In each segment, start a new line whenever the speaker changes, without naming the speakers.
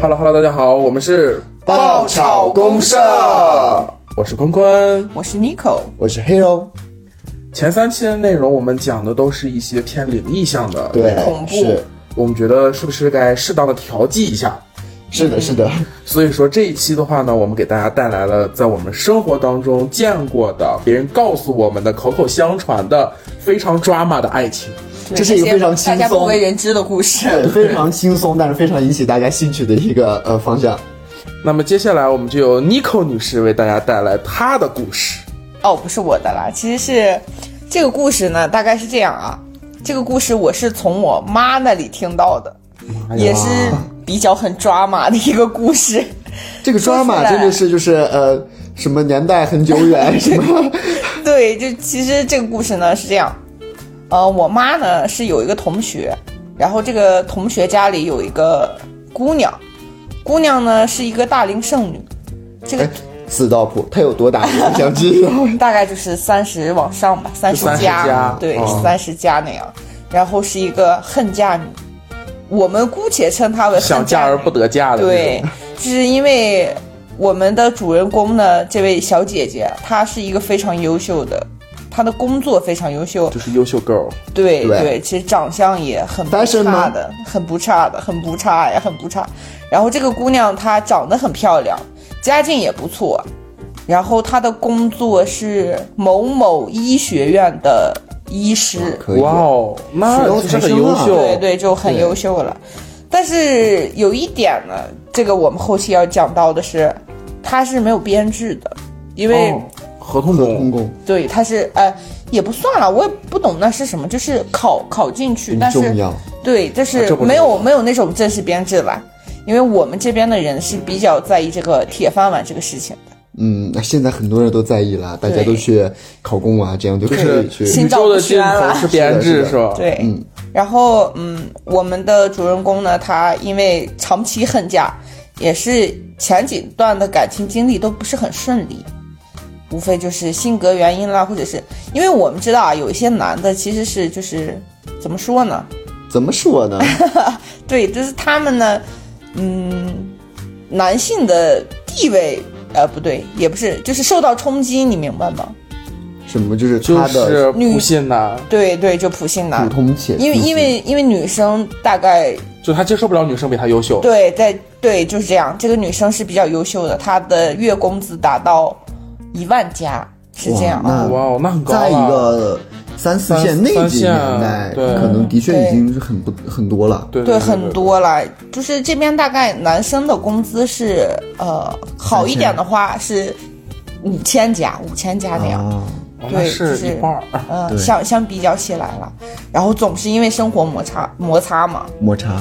Hello Hello，大家好，我们是
爆炒公社，
我是坤坤。
我是 Nico，
我是 Hero，
前三期的内容我们讲的都是一些偏灵异向的，
对，
恐怖
是
我们觉得是不是该适当的调剂一下？
是的，是的，
所以说这一期的话呢，我们给大家带来了在我们生活当中见过的、别人告诉我们的、口口相传的非常 drama 的爱情。
这是一个非常
些大
轻
家不
松
为人知的
对，
故事。
非常轻松，但是非常引起大家兴趣的一个呃方向。
那么接下来我们就由 Nico 女士为大家带来她的故事。
哦，不是我的啦，其实是这个故事呢，大概是这样啊。这个故事我是从我妈那里听到的，哎
哎
也是比较很抓马的一个故事。
这个抓马
说出来
真的是就是呃什么年代很久 远，什么
对，就其实这个故事呢是这样，呃，我妈呢是有一个同学，然后这个同学家里有一个姑娘，姑娘呢是一个大龄剩女，这个
哎死道谱，它有多大？我想 知道。
大概就是三十往上吧，三十
30加
对
哦，
三十、加那样。然后是一个恨嫁女，我们姑且称她为
想
恨
嫁而
女
不得嫁的那种，
对，就是因为我们的主人公呢，这位小姐姐，她是一个非常优秀的，她的工作非常优秀，
就是优秀 girl。
对
对
其实长相也很不
Fashion
差
吗
的，很不差的，很不差呀，很不差。然后这个姑娘她长得很漂亮，家境也不错，然后她的工作是某某医学院的医师，
可以
哇哦，那
高
就是
材
很
生
优
啊
秀，
对对，就很
对
优秀了。但是有一点呢，这个我们后期要讲到的是，她是没有编制的，因为、
哦合同
公
工，
公
对她是呃也不算了，我也不懂那是什么，就是考考进去，但
很
是
重要，
对，就
啊
是
这不
没
重
有、没有那种正式编制吧，因为我们这边的人是比较在意这个铁饭碗这个事情的。
嗯，那现在很多人都在意了，大家
对
都去考公啊，这样就可
就是
以去。
心
宇
照
宙的
不
尽
宣
头
了
啊是编制是吧？
对，然后嗯，我们的主人公呢，他因为长期恨嫁，也是前几段的感情经历都不是很顺利，无非就是性格原因啦，或者是因为我们知道啊，有一些男的其实是就是怎么说呢，
怎么说 呢？
对，就是他们呢，嗯，男性的地位，呃，不对，也不是，就是受到冲击，你明白吗？
什么就是
就
他的
是不信呐，
对对，就普信
普
男，
通且
因为因为因为女生大概
就他接受不了女生比他优秀，
对在对就是这样，这个女生是比较优秀的，她的月工资达到一万加，是这样
哇
啊。
那
哇哦，那很高
在一
了，
个三四
三
线那
三
几
线啊
年代，
对
可能的确
对
已经是很不很多了。
对
对，
对，
很多了，就是这边大概男生的工资是，呃，好一点的话是五千加，五千加那样。
啊，
对，哦那
对
是
就是
一半儿，
嗯，
对
相相比较起来了，然后总是因为生活摩擦摩擦嘛，
摩擦，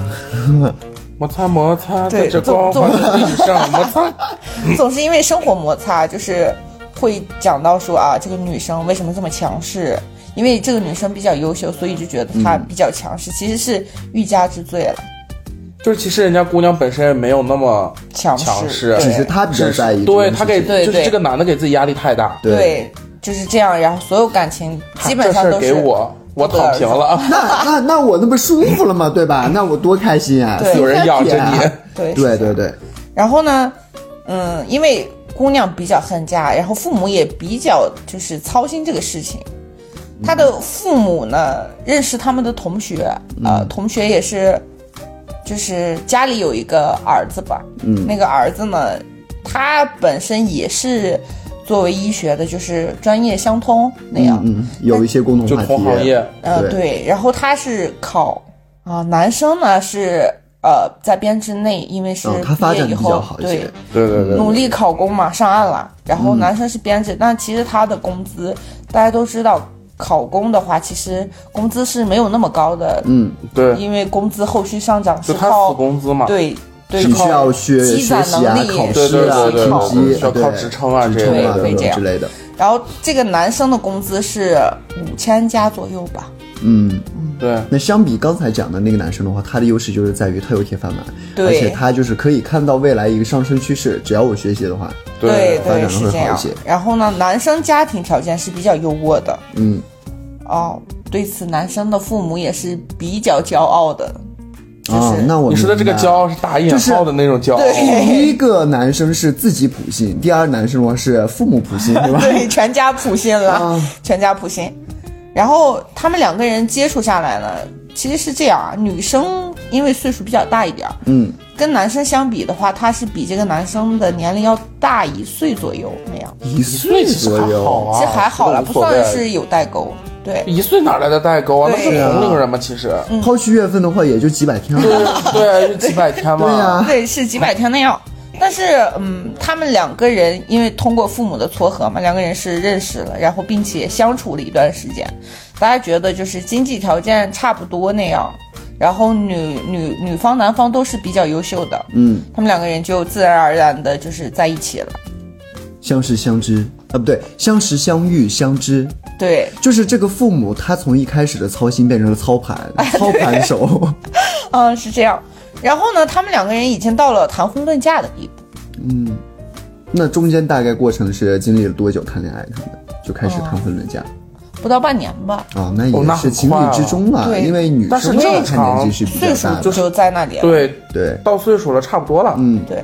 摩擦摩擦，在
对
这
总
光滑的地上摩擦，嗯
总是因为生活摩擦，就是会讲到说啊，这个女生为什么这么强势？因为这个女生比较优秀，所以就觉得她比较强
嗯
势，其实是欲加之罪了，
就是其实人家姑娘本身也没有那么
强势。
强势啊
对
只是他比较在意这
对
件事情。
他给
对
就是
对
这个男的给自己压力太大，
对
对，
就是这样，然后所有感情
哈
基本上
这事
都
儿
是
给我，我躺平了 啊，
那那那我那不舒服了吗？对吧？那我多开心啊！
对
有人养着你，
对
对对对，
然后呢，嗯，因为姑娘比较恨嫁，然后父母也比较就是操心这个事情。她的父母呢，认识他们的同学，
嗯
呃，同学也是，就是家里有一个儿子吧，嗯，那个儿子呢，他本身也是作为医学的，就是专业相通那样，
嗯，有一些共同
就
话题。
同行业，
呃，
对
对，然后他是考啊、男生呢是呃在编制内，因为是
嗯他发
毕业
展
以
比
后
较好一
对
些，
对对对，
努力考公嘛，上岸了。然后男生是编制，但其实他的工资，大家都知道，考公的话，其实工资是没有那么高的，
嗯，
对，
因为工资后续上涨
就是他死
靠
工资嘛，
对对
是嗯需要
靠
学
积
学
攒
习啊
能、力，
考
对
试啊、
对对
靠
评级，
需要
对
靠职称啊
职
这
类的
啊
对这样
之类的。
然后这个男生的工资是五千加左右吧，
嗯，
对，
那相比刚才讲的那个男生的话，他的优势就是在于他有铁饭碗，
对
而且他就是可以看到未来一个上升趋势。只要我学习的话，
对
发展
对
得
是
会
这
好一
样
些。
然后呢，男生家庭条件是比较优渥的
嗯，
哦，对此男生的父母也是比较骄傲的，就是
啊那我
你说的这个
明白了
骄傲是打引号的那种骄傲，
就是对
第一个男生是自己普信，第二男生的话是父母普 信，对吧？
对，全家普信了，
啊
全家普信。然后他们两个人接触下来呢，其实是这样啊，女生因为岁数比较大一点，
嗯，
跟男生相比的话，她是比这个男生的年龄要大一岁左右那样，
一
一岁
岁
其实
左
还好
右，
啊，
其实还好了，
这
不
个无所
算
谓
是有代沟。对，
一岁哪来的代沟啊？那是
对
同龄人嘛，其实
抛去月份的话，也就几百天了。
对对，就几百天嘛。
对啊
对，是几百天那样。但是，嗯，他们两个人因为通过父母的撮合嘛，两个人是认识了，然后并且相处了一段时间。大家觉得就是经济条件差不多那样，然后女女女方男方都是比较优秀的，
嗯，
他们两个人就自然而然的就是在一起了。
相识相知啊，不对，相识相遇相知，
对，
就是这个父母他从一开始的操心变成了 操盘，操盘手。
嗯，是这样。然后呢，他们两个人已经到了谈婚论嫁的地步。
那中间大概过程是经历了多久谈恋爱？他们就开始谈婚论嫁
不到半年吧，
哦，那
哦那
也
很
是情理之中了，
对
因为女
但是
生的
正
话
常
年纪是比较
岁数
大的，
就在那里了。
对，
对，
到岁数了，差不多了。
嗯，
对。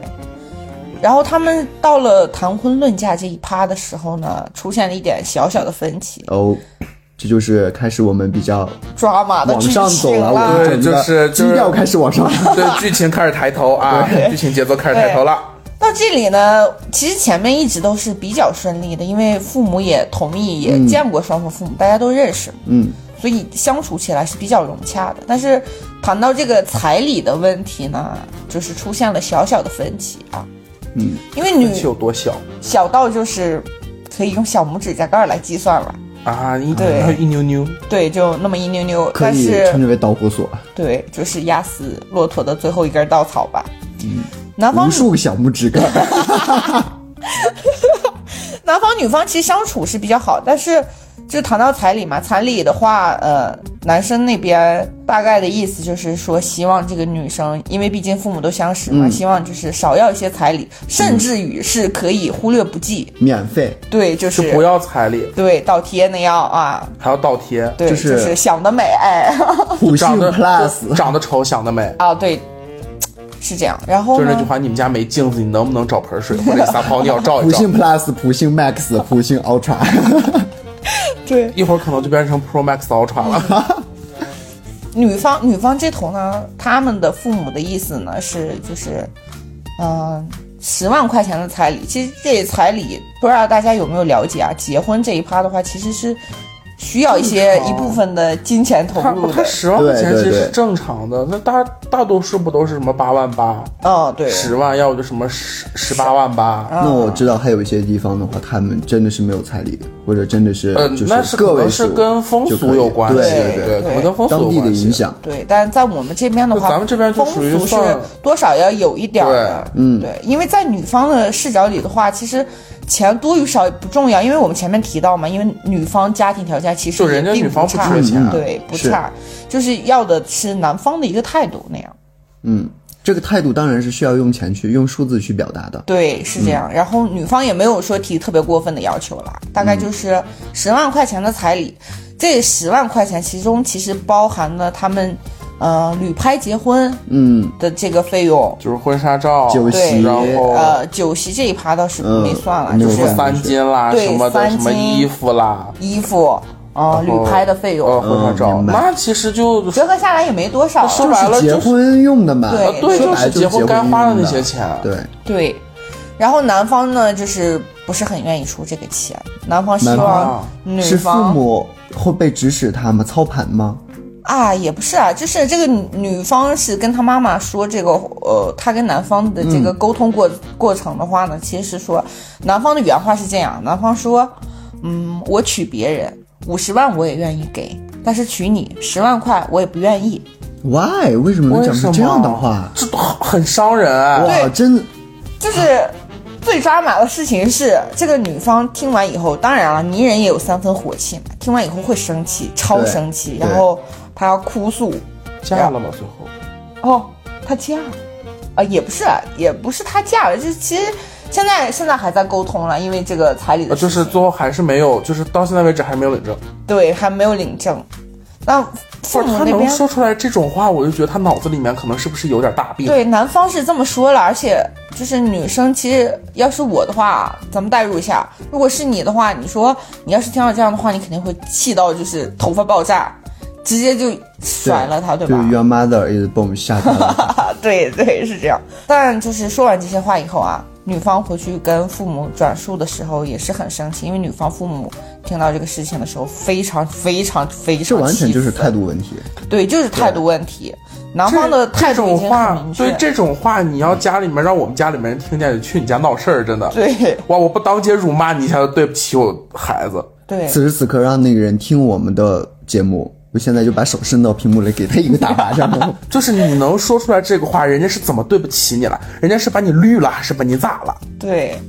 然后他们到了谈婚论嫁这一趴的时候呢，出现了一点小小的分歧，
哦，这就是开始我们比较
抓马的
往
剧
上走
情
了，
啊啦
我们
对
整个
就是
基调开始往上。
对，剧情开始抬头啊，剧情节奏开始抬头了。
到这里呢，其实前面一直都是比较顺利的，因为父母也同意，也见过双方父母，大家都认识，
嗯，
所以相处起来是比较融洽的。但是谈到这个彩礼的问题呢，就是出现了小小的分歧啊，
嗯，
因为女
力气有多小
小到就是可以用小拇指甲盖儿来计算了，
啊？一
对
一扭扭，
对，就那么一妞妞，
可
但
以
是
称之为导火索，
对，就是压死骆驼的最后一根稻草吧。
嗯
男方
无数个小拇指盖。
男方女方其实相处是比较好，但是就谈到彩礼嘛，彩礼的话，呃，男生那边大概的意思就是说，希望这个女生，因为毕竟父母都相识嘛，
嗯
希望就是少要一些彩礼，甚至于是可以忽略不计，
免费，
对，就是
就不要彩礼，
对倒贴那样啊，
还要倒贴。
对，
就是
就是想得美，哎，
普信
长得
Plus
长得丑，想得美。
啊，对，是这样。然后
就是
呢？
那句话，你们家没镜子，你能不能找盆水或者你撒泡尿照一
普
照？
信 Plus、普信 Max、普信 Ultra，
对，
一会儿可能就变成 Pro Max Ultra 了。
女方女方这头呢，他们的父母的意思呢是就是，嗯、十万块钱的彩礼，其实这彩礼不知道大家有没有了解啊？结婚这一趴的话，其实是需要一些
正常
一部分的金钱投
他
入
他
的。
十万块钱
对对
其实
对
是正常的，那大大多数不都是什么八万八、
哦，对，
十万，要不就什么十十八万八。
那我知道还有一些地方的话，他们真的是没有彩礼的，或者真的是
呃，
就
那是
个
可
位
能
数
是跟风
就可
俗
以
有关系，
对
对
对，可能跟风俗有
当地的
关系
影。响。
对，但是在我们这边的话，
就咱们这边就属于
风俗是
算
多少要有一点儿的
对，
嗯
对，因为在女方的视角里的话，其实钱多与少不重要，因为我们前面提到嘛，因为女方家庭条件其实
就人家
也并
女方不
差，
缺钱嗯
对，不
是
差，就是要的是男方的一个态度那样，
嗯，这个态度当然是需要用钱去用数字去表达的。
对，是这
嗯
样。然后女方也没有说提特别过分的要求啦，大概
嗯
就是十万块钱的彩礼，这十万块钱其中其实包含了他们。呃，旅拍结婚
嗯，
的这个费用，
就是婚纱照、
酒席
然后
呃，酒席这一趴倒是
哦嗯
没算了，
没
就
有
是
算
三金啦
对
什么的，
三
什
金
么衣服啦，
衣服啊、呃
然后
旅拍的费
呃，
用，
婚纱照，
嗯明白
那其实就
折合下来也没多少。
说白
是
了
结
就是
婚用的嘛，
对
呃对，
说
就
白
是
了
结
结
婚
婚
该花的
用
那些钱，
对，
对，然后男方呢，就是不是很愿意出这个钱，男方希
男啊
望
方
女
是父
方
母会被指使他吗？操盘吗？
啊，也不是啊，就是这个女女方是跟她妈妈说这个，呃，她跟男方的这个
嗯
沟通过、过程的话呢，其实是说男方的原话是这样，男方说，嗯，我娶别人五十万我也愿意给，但是娶你十万块我也不愿意。
Why？为什么能
为
讲
什
出
么
这样的话？
这都很伤人啊。
哇，
对
真
就是最抓马的事情是，这个女方听完以后，当然了，泥人也有三分火气嘛，听完以后会生气，超
对
生气，
对
然后她要哭诉，
嫁了吗？最后
哦，她嫁了，啊，也不是，也不是她嫁了，就是其实现在现在还在沟通了，因为这个彩礼的
呃，就
事
是
情，
最后还是没有，就是到现在为止还没有领证。
对，还没有领证。那
不
父
是
母
他
那
能
边
说出来这种话，我就觉得他脑子里面可能是不是有点大病？
对男方是这么说了，而且就是女生，其实要是我的话，咱们代入一下，如果是你的话，你说你要是听到这样的话，你肯定会气到就是头发爆炸，直接就甩了他，对
就
吧？
是 Your mother is bomb 下单了，
啊，对对，是这样。但就是说完这些话以后啊，女方回去跟父母转述的时候也是很生气，因为女方父母听到这个事情的时候非常非常非常
这完全就是
气愤
态度问题。
对，就是态度问题。男方的啊态
这
度已
种
经
话
很明，确
对，这种话，你要家里面让我们家里面人听见，去你家闹事儿，真的。
对
哇，我不当街辱骂你一下，对不起我孩子。
对
此时此刻让那个人听我们的节目，我现在就把手伸到屏幕里给他一个大 巴掌。
就是你能说出来这个话，人家是怎么对不起你了？人家是把你绿了，还是把你咋了？
对。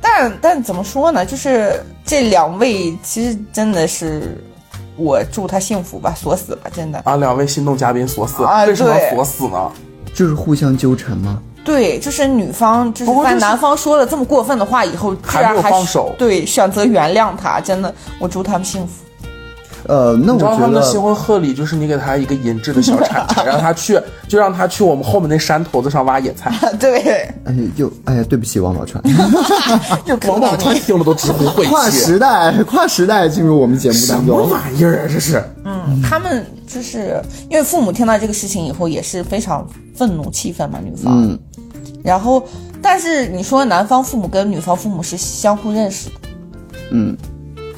但但怎么说呢？就是这两位其实真的是，我祝他幸福吧，锁死吧，真的。
啊，两位心动嘉宾锁死，
啊
为什么
对
要锁死呢？
就是互相纠缠吗？
对，就是女方就是
不过
在
就是
男方说了这么过分的话以后，居
还没
然
有
还
放
是
手
对选择原谅他，真的，我祝他们幸福。
呃，
你
那我
知道他
觉
们的新
得，
婚贺礼就是你给他一个银质的小铲铲，让他去，就让他去我们后面那山头子上挖野菜。
对，
哎呀，又哎呀，对不起，王宝钏。
又
王
坑到
宝钏
你。
听了都直呼晦
跨
气，
时代，跨时代进入我们节目
什
当
么
中。
玩意儿啊这是？
嗯，他们就是因为父母听到这个事情以后也是非常愤怒气愤嘛，女方。
嗯，
然后，但是你说男方父母跟女方父母是相互认识的，
嗯，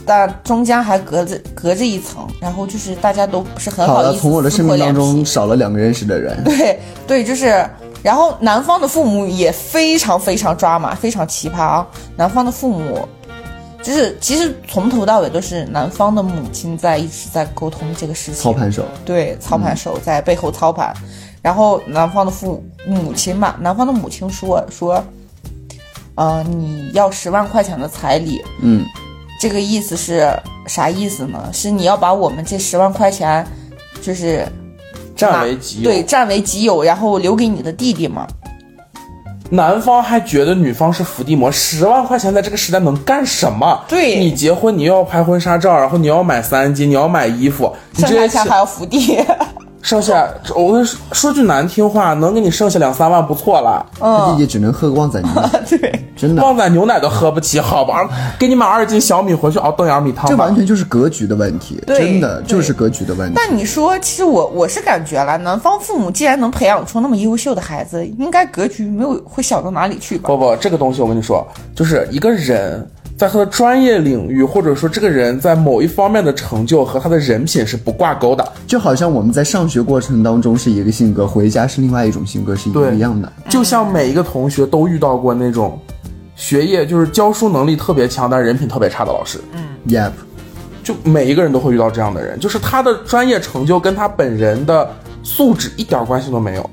但中间还隔着隔着一层，然后就是大家都不是很
好
意
了，
思
从我的
撕
生
破
命
脸
当
皮
中少了两个认识的人。
对对，就是，然后男方的父母也非常非常抓马，非常奇葩啊！男方的父母，就是其实从头到尾都是男方的母亲在一直在沟通这个事
操
情，
盘手，
对，操盘手在背后操盘。然后男方的父母亲嘛，男方的母亲说说，呃，你要十万块钱的彩礼，
嗯，
这个意思是啥意思呢？是你要把我们这十万块钱，就是
占为己有。
对，占为己有，然后留给你的弟弟嘛。
男方还觉得女方是伏地魔，十万块钱在这个时代能干什么？
对
你结婚，你又要拍婚纱照，然后你要买三金，你要买衣服，你
剩
这
下
些
钱
钱
还要伏地，
剩下，我跟你说说句难听话，能给你剩下两三万不错了，
他弟弟只能喝旺仔牛 奶，
对
真的，
旺仔牛奶都喝不起，好吧？给你买二斤小米回去熬豆芽米汤
这
吧
完。全就是格局的问题，
对
真的
对
就是格局的问题。
但你说，其实我我是感觉了，男方父母既然能培养出那么优秀的孩子，应该格局没有会小到哪里去吧？
不不，这个东西我跟你说，就是一个人在他的专业领域，或者说这个人在某一方面的成就和他的人品是不挂钩的。
就好像我们在上学过程当中是一个性格，回家是另外一种性格，是一
对
不一样的。
就像每一个同学都遇到过那种学业就是教书能力特别强，但人品特别差的老师，
Yep，
就每一个人都会遇到这样的人，就是他的专业成就跟他本人的素质一点关系都没有。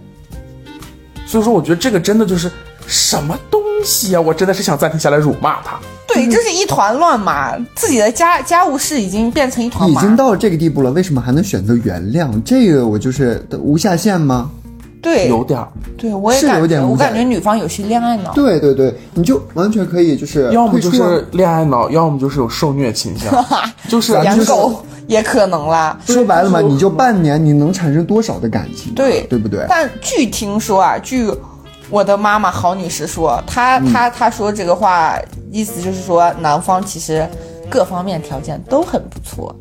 所以说，我觉得这个真的就是什么东西啊！我真的是想暂停下来辱骂他。
对，就是一团乱麻，自己的家家务事已经变成一团
已
麻，
经到了这个地步了，为什么还能选择原谅？这个我就是呃无下限吗？哎
对
有点儿，
对，我也
是
感
有点
觉，我
无
感
奈
觉女方有些恋爱脑，
对对对，你就完全可以就是
要么就
退出啊
是恋爱脑，要么就是有受虐倾 向，就是
咱
养
们就是
狗也可能啦。
说白了嘛，
就是
你就半年你能产生多少的感情啊？
对
对不对？
但据听说啊，据我的妈妈郝女士说，她
嗯
她她说这个话，意思就是说男方其实各方面条件都很不错，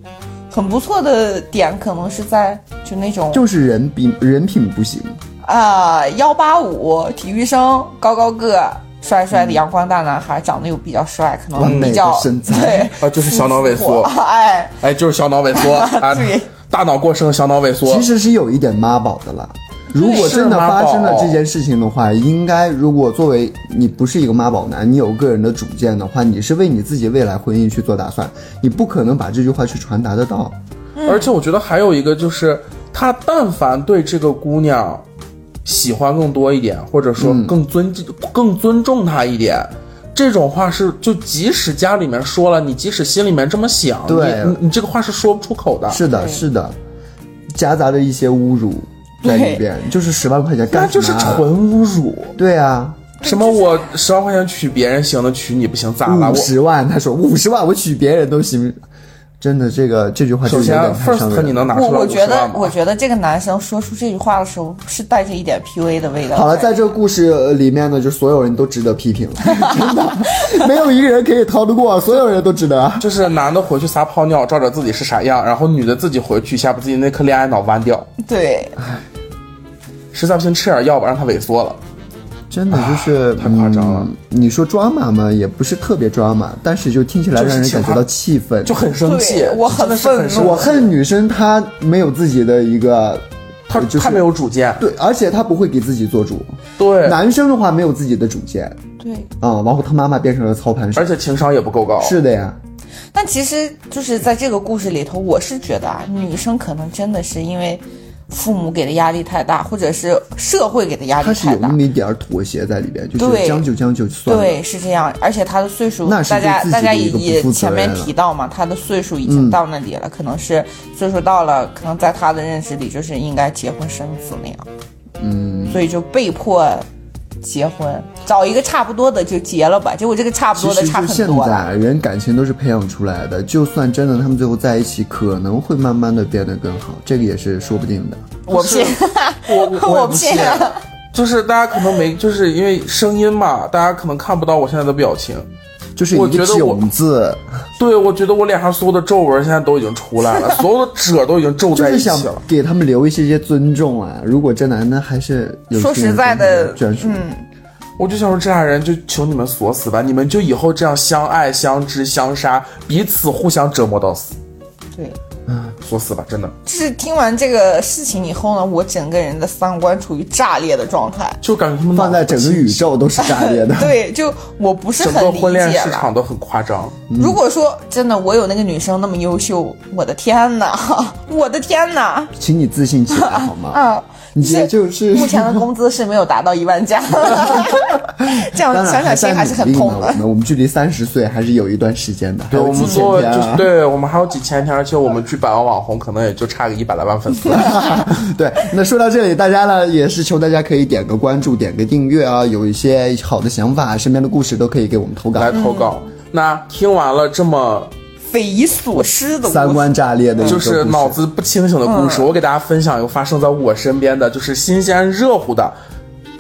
很不错的点可能是在就那种
就是人比人品不行，
啊幺八五体育生，高高个。帅帅的阳光大男孩，长得又比较帅，可
完
能
美
比
的
较
身材哦
对
啊就是小脑萎缩
肤色哎，
哎，就是小脑萎 缩啊
对，
大脑过剩，小脑萎缩
其。实是有一点妈宝的啦。如果真的发生了这件事情的话，应该如果作为你不是一个妈宝男，你有个人的主见的话，你是为你自己未来婚姻去做打算，你不可能把这句话去传达得到。嗯
而且我觉得还有一个就是，他但凡对这个姑娘喜欢更多一点，或者说
嗯
更尊、更尊重她一点。这种话是，就即使家里面说了，你即使心里面这么想，
对
你你你这个话是说不出口的，
是的，
对
是的，夹杂着一些侮辱在里边，就是十万块钱
那
干什
就
么
是
啊、
纯侮辱。
对啊，
什么我十
嗯
万块钱娶别人行的，娶你不行咋了？
五
我
十万，他说五十万我娶别人都行，真的，这个这句话
首
真的
先
有点太伤
，first 你
人了。
能拿出
我
来
我
50
觉得
万，吗
我觉得这个男生说出这句话的时候是带着一点 PUA 的味道。
好了，在这个故事呃里面呢，就所有人都值得批 评了，真的，没有一个人可以逃得过，所有人都值得。啊
就是男的回去撒泡尿，照着自己是啥样，然后女的自己回去一下把自己那颗恋爱脑弯掉，
对，
实在不行吃点药吧，让它萎缩了。
真的就是、
太夸张了
嗯你说抓马嘛，也不是特别抓马，但是就听起来
就是
让人
其他
感觉到气愤。
就很生气
对，我很
真的是很
愤
生
怒
气
我恨女生她没有自己的一个，
他
就是
太没有主见，
对，而且她不会给自己做主。
对，
男生的话没有自己的主见
对，
啊、然后他妈妈变成了操盘手
而。且情商也不够高，
是的呀，
但其实就是在这个故事里头，我是觉得啊，女生可能真的是因为父母给的压力太大，或者是社会给的压
她
力
是
太
有那
大
么，一点儿妥协在里边，就是
对
将就将就算了。
对，是这样。而且她的岁数，
那是
大家
对自己的
大家
一
也
个不
也
负责
前面
任了嗯
提到嘛，她的岁数已经到那里了，可能是岁数到了，可能在她的认知里就是应该结婚生子那样，嗯，所以就被迫。结婚找一个差不多的就结了吧，结果这个差不
其
多的
实
差
就
很
现
多了。
在人感情都是培养出来的，就算真的他们最后在一起，可能会慢慢的变得更好，这个也是说不定的。
我不信，
我我也
我
不
不
信
信。
就是大家可能没，就是因为声音嘛，大家可能看不到我现在的表情。
就是一
我觉
个
得我
囧字，
对，我觉得我脸上所有的皱纹现在都已经出来 了，所有的褶都已经皱
就
在一
是
起
想
了。
给他们留一些些尊重啊。如果这男的还是有
说
些人
实在的嗯
专属，
我就想说，这俩人就求你们锁死吧，你们就以后这样相爱、相知、相杀，彼此互相折磨到死，
对，
锁死吧，真的。
就是听完这个事情以后呢，我整个人的三观处于炸裂的状态。。
就感觉他们
放在整个宇宙都是炸裂的
对，就我不是
整
很
个
理
婚恋
解
市
了。
场都很夸张。
如果说真的我有那个女生那么优秀，我的天哪， 我的天哪，
请你自信起来好吗？
啊！
你这就是
目前的工资是没有达到一万加，这样
当然
想想
在
心还是很
努力
痛
呢
的
啊我。们我们距离三十岁还是有一段时间的，还
对，
有
我
几
们
千
做
天
就是
啊。
对我们还有几千天，而且我们距百万网红可能也就差个一百来万粉
嗯
丝。
对，那说到这里，大家呢也是求大家可以点个关注，点个订阅啊，有一些好的想法，身边的故事都可以给我们投稿。
来投稿。那听完了这么
匪夷所思的
三
我
观炸裂的嗯一个
就
故事
是脑子不清醒的故事，我给大家分享一个发生在我身边的，就是新鲜热乎的，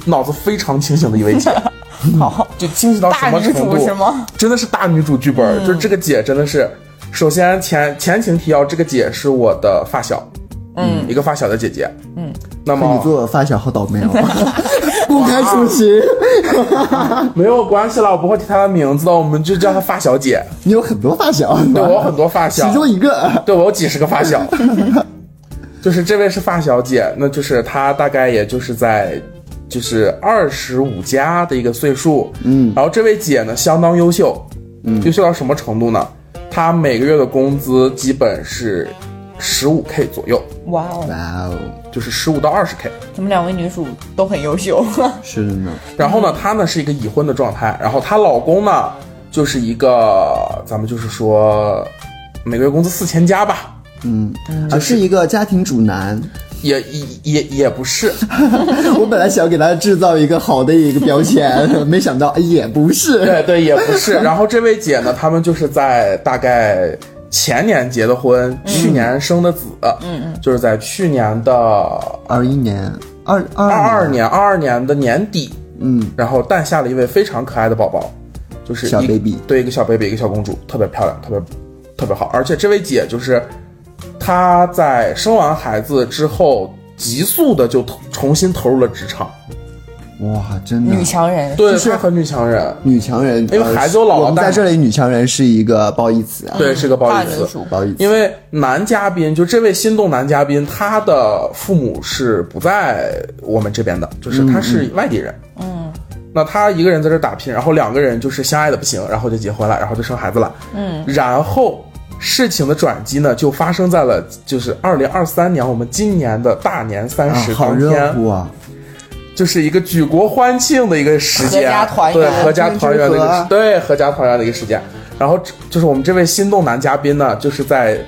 脑子非常清醒的一位姐，
好
就清醒到什
大
么
女
程度
主？是吗？
真的是大女主剧本，就是这个姐真的是。首先前前情提要，这个姐是我的发小，嗯，一个发小的姐姐，嗯，那
那
么
你做发小好倒霉哦， 公开出席，
没有关系了，我不会提她的名字的，我们就叫她发小 姐。
你有很多发小，
对我有很多发小，
其中一个，
对我有几十个发小， 就是这位是发小姐，那就是她大概也就是在就是二十五加的一个岁数，嗯，然后这位姐呢相当优秀，嗯，优秀到什么程度呢？她每个月的工资基本是十五 k 左右，
哇哦，
哇哦，
就是十五到二十 k。
咱们两位女主都很优秀，
是的呢，
然后呢，她呢是一个已婚的状态，然后她老公呢就是一个咱们就是说每个月工资四千加吧，
啊，是一个家庭主男。
也也也也不 是，
我本来想给他制造一个好的一个标签，没想到哎也不是。
对对，也不 是。然后这位姐呢，他们就是在大概前年结的婚，去年生的子，嗯嗯，就是在去年的
二一年，二二
二二，年，二二年的年底，嗯，然后诞下了一位非常可爱的宝宝，就是一
小 baby
对，一个小 baby，一个小公主，特别漂亮，特别特别好。而且这位姐就是她在生完孩子之后，急速的就投重新投入了职场，
哇，真的
女强人。
对，
就是
她很女强人。
女强人，
因为
呃
哎孩子有姥姥
我们
带
在这里，女强人是一个褒义词啊，
对，是个褒
嗯大
义
女
词。
主
褒义词。
因为男嘉宾，就这位心动男嘉宾，他的父母是不在我们这边的，就是他是外地人。嗯，那他一个人在这打拼，然后两个人就是相爱的不行，然后就结婚了，然后就生孩子了。嗯，然后事情的转机呢，就发生在了就是二零二三年我们今年的大年三
啊
十，
好
当天，
热乎啊！
就是一个举国欢庆的一个时间，
合家团圆
对，合家团圆的一
天之
个
合
时对合家团圆的一个时间。然后这就是我们这位心动男嘉宾呢，就是在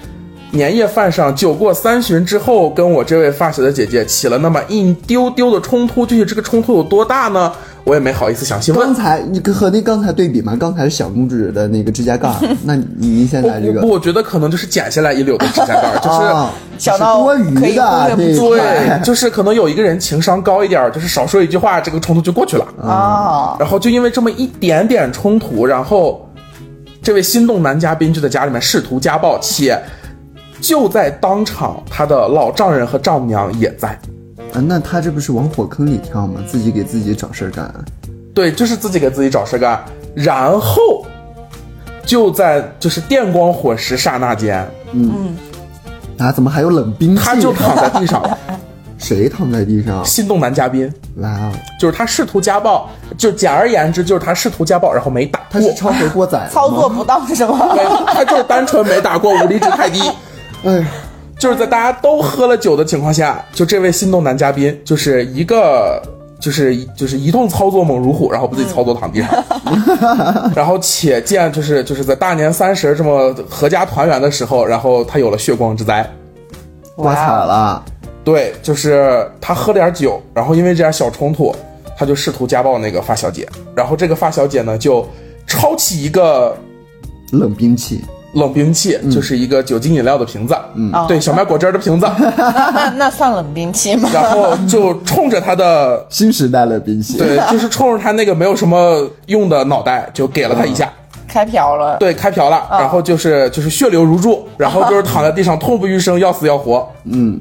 年夜饭上酒过三巡之后，跟我这位发小的姐姐起了那么一丢丢的冲突。具体这个冲突有多大呢？我也没好意思详细问
刚。才你跟和那刚才对比嘛，刚才是小公主的那个指甲 盖儿，啊那您现
不
在这
不
个
不，我觉得可能就是剪下来一绺的指甲盖儿，就是
啊，
想
是
到
多余
可以
的
忽
这
略不
一
计
块
对，就是可能有一个人情商高一点儿，就是少说一句话，这个冲突就过去了。
啊，
然后就因为这么一点点冲突，然后这位心动男嘉宾就在家里面试图家暴，且就在当场，他的老丈人和丈母娘也在。
啊，那他这不是往火坑里跳吗？自己给自己找事儿干啊。
对，就是自己给自己找事干，然后就在就是电光火石刹那间，
啊，怎么还有冷兵器？
他就躺在地上了。
谁躺在地上？
心动男嘉宾
哇哦，
就是他试图家暴，就简而言之就是他试图家暴，然后没打
他
过
是，超核过载了吗
操作。不当是吗？
对他就是单纯没打过，武力值太低。
哎呀，
就是在大家都喝了酒的情况下，就这位心动男嘉宾，就是一个就是就是一通操作猛如虎，然后把自己操作躺地上，然后且见就是就是在大年三十这么合家团圆的时候，然后他有了血光之灾。
哦
哦
挂彩了。
对，就是他喝点酒，然后因为这点小冲突，他就试图家暴那个发小姐，然后这个发小姐呢就抄起一个
冷兵器，
冷兵器，就是一个酒精饮料的瓶子，嗯
哦
对，小麦果汁儿的瓶子，
那那那算冷兵器吗？
然后就冲着他的
新时代冷兵器。，
对，就是冲着他那个没有什么用的脑袋，就给了他一下，
开瓢了，
对，开瓢了，然后就是就是血流如注，然后就是躺在地上痛不欲生，要死要活。
嗯，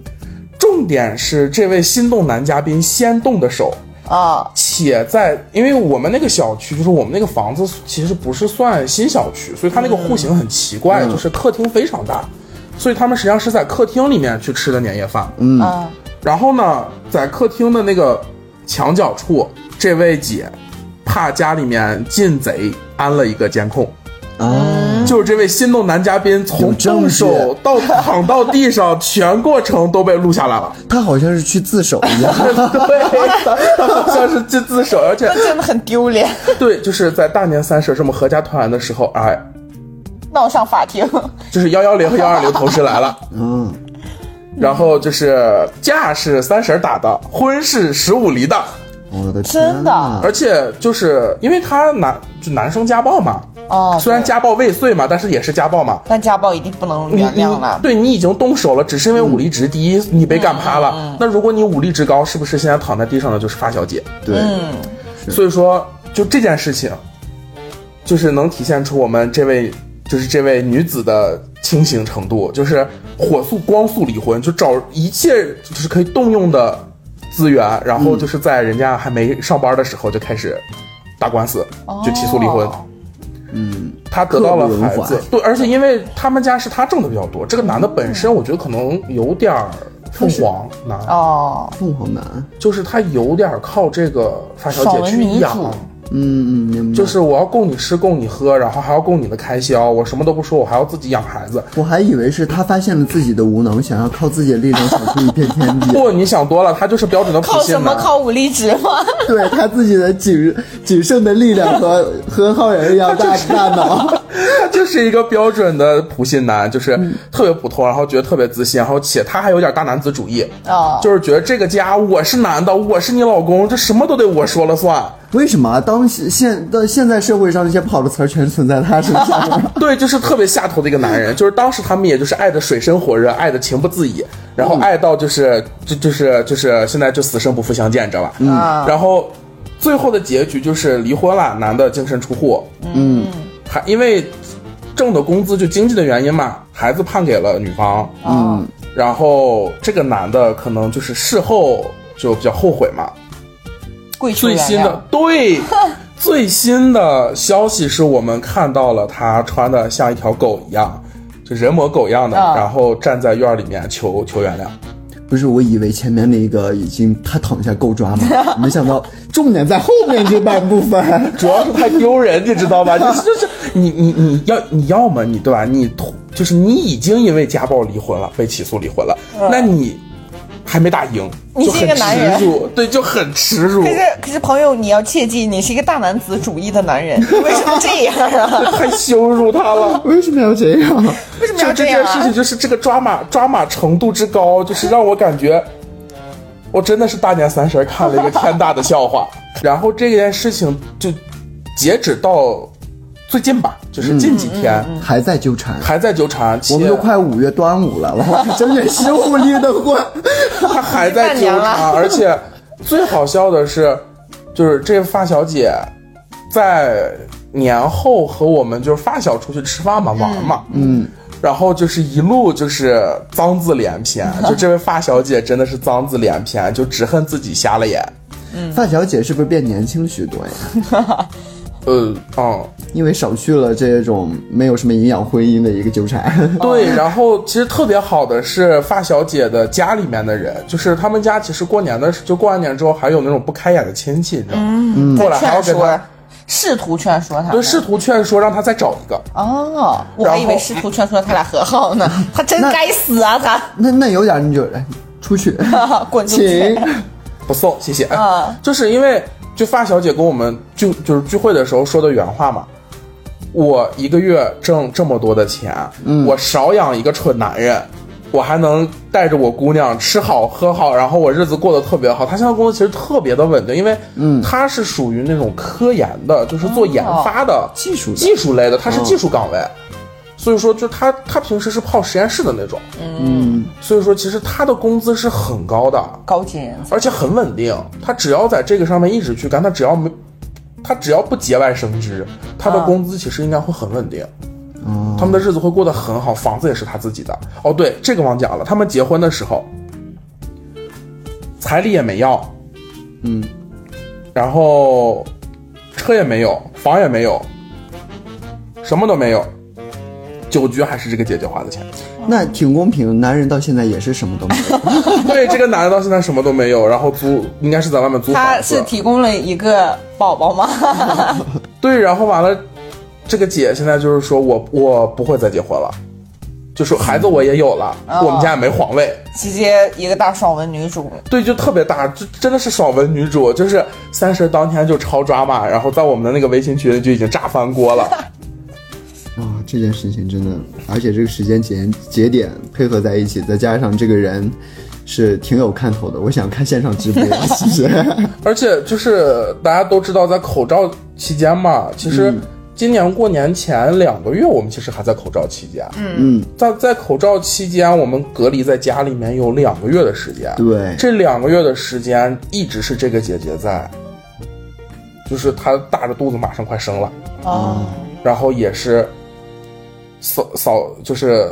重点是这位心动男嘉宾先动的手，
啊，
且在因为我们那个小区，就是我们那个房子其实不是算新小区，所以它那个户型很奇怪，就是客厅非常大，所以他们实际上是在客厅里面去吃的年夜饭。
嗯
啊，
然后呢，在客厅的那个墙角处，这位姐怕家里面进贼，安了一个监控，
啊，
就是这位心动男嘉宾
有
从
证
动
据
手到躺到地上，全过程都被录下来了。
他好像是去自首一样。
对，他他好像是自自首，而且
那真的很丢脸，
对，就是在大年三十这么合家团圆的时候，哎，
闹上法庭，
就是幺幺零和幺二零同时来了。
嗯，
然后就是架是三婶儿打的，婚是十五离的，
我的天啊
真的
呐
而且就是因为他男就男生家暴嘛，
哦，
虽然
对
家暴未遂嘛，但是也是家暴嘛。
但家暴一定不能
你
原
你
谅了，
对你已经动手了，只是因为武力值低，你被干趴
嗯
了。那如果你武力值高，是不是现在躺在地上的就是发小姐？
对，
嗯，
所以说，就这件事情，就是能体现出我们这位就是这位女子的清醒程度，就是火速光速离婚，就找一切就是可以动用的资源，然
嗯
后就是在人家还没上班的时候就开始打官司，就起诉离婚。
哦
他得到了孩
刻不
子
容缓，
对，而且因为他们家是他挣的比较多，这个
嗯
男的本身我觉得可能有点儿凤凰男，
哦，
凤凰男。
就是他有点儿靠这个发小
爽
姐
文
去
女
养，
主
嗯嗯，明白。
就是我要供你吃，供你喝，然后还要供你的开销，我什么都不说，我还要自己养孩子。
我还以为是他发现了自己的无能，想要靠自己的力量闯出一片天 地。
不，你想多了，他就是标准的普
靠什
信
么？
男。
靠武力值 吗？
对他自己的仅仅剩的力量和 和浩然一样大大脑。
他就是一个标准的普信男，就是
嗯
特别普通，然后觉得特别自信，然后且他还有点大男子主义，
哦，
就是觉得这个家我是男的，我是你老公，这什么都得我说了算。
为什么啊当时现到现在社会上那些不好的词儿全存在他身上？
对，就是特别下头的一个男人，就是当时他们也就是爱的水深火热，爱的情不自已，然后爱到就是就就是就是现在就死生不复相见，你知道吧？嗯
啊
然后最后的结局就是离婚了，男的净身出户，
嗯，
还因为挣的工资就经济的原因嘛，孩子判给了女方，
嗯，
然后这个男的可能就是事后就比较后悔嘛，
跪求
最
原
新
谅
的， 对，最新的消息是我们看到了他穿的像一条狗一样，就人模狗样的，
啊
然后站在院儿里面求求原谅。
不是，我以为前面那个已经他躺下够抓嘛，没想到重点在后面这半部分。
主要是太丢人，你知道 吧？就是就是你你你要你要么你对吧？你突就是你已经因为家暴离婚了，被起诉离婚了，那你还没打赢，
嗯你
就是
一
很
个男人
耻辱，对，就很耻 辱
可。是可是朋友，你要切记，你是一个大男子主义的 男人，你为什么这样啊？
太羞辱他了，
为什么要这样？
为什么
就
要
这
这
件
样
事
啊
情，？就是这个抓马抓马程度之高，就是让我感觉，我真的是大年三十儿看了一个天大的笑话。 然后这件事情就截止到最近吧，
嗯
嗯
就是近几天、
还在纠缠。
还在纠缠，
我们
且
都快五月端午 了，我整整十五离的婚。
他还在纠
半年
缠，而且最好笑的是，就是这个发小姐在年后和我们就是发小出去吃饭嘛，玩嘛，嗯，然后就是一路就是脏字连 篇，就这位发小姐真的是脏字连篇，就只恨自己瞎了眼。嗯
范小姐是不是变年轻许多呀？
呃，
哦
嗯，
因为少去了这种没有什么营养婚姻的一个纠 缠。
对，然后其实特别好的是发小姐的家里面的人，就是他们家其实过年的时就过完年之后还有那种不开眼的亲戚，你知道吗？过来还要
嗯劝
给他
说，试图劝说他们。
对，试图劝说让他再找一个。
哦，我还以为试图劝说他俩和好呢。 他真
那
该死啊！
那那有点你就哎出 去，
他 滚出
请
去！
不送，谢谢。
嗯
啊
就是因为就发小姐跟我们聚就是聚会的时候说的原话嘛，我一个月挣这么多的钱，
嗯
我少养一个蠢男人。我还能带着我姑娘吃好喝好，然后我日子过得特别好。她现在工作其实特别的稳定，因为
嗯
她是属于那种科研的，就是做研发的、
哦技术的嗯
技术类的，她是技术岗位，所以说就她她平时是泡实验室的那种，嗯，所以说其实她的工资是很高的，
高级
而且很稳定。他只要在这个上面一直去干，他只要没，他只要不节外生枝，他的工资其实应该会很稳定。他们的日子会过得很好，房子也是他自己的。哦，对，这个忘讲了，他们结婚的时候，彩礼也没要，
嗯，
然后车也没有，房也没有，什么都没有，酒局还是这个姐姐花的钱。
那挺公平。男人到现在也是什么都没 有。
对，这个男的到现在什么都没有，然后租应该是在外面租房子。
他是提供了一个宝宝吗？
对，然后完了，这个姐现在就是说我我不会再结婚了，就说孩子我也有了，
哦
我们家也没皇位，
直接一个大爽文女主，
对，就特别大，就真的是爽文女主，就是三十当天就超抓马，然后在我们的那个微信群里就已经炸翻锅了。
啊、这件事情真的，而且这个时间节节点配合在一起，再加上这个人是挺有看头的，我想看线上直播，是不 是？
而且就是大家都知道，在口罩期间嘛，其实今年过年前两个月，我们其实还在口罩期间。
嗯，
在在口罩期间，我们隔离在家里面有两个月的时间。
对
这两个月的时间一直是这个姐姐在，就是她大着肚子马上快生了，
哦，
然后也是扫扫就是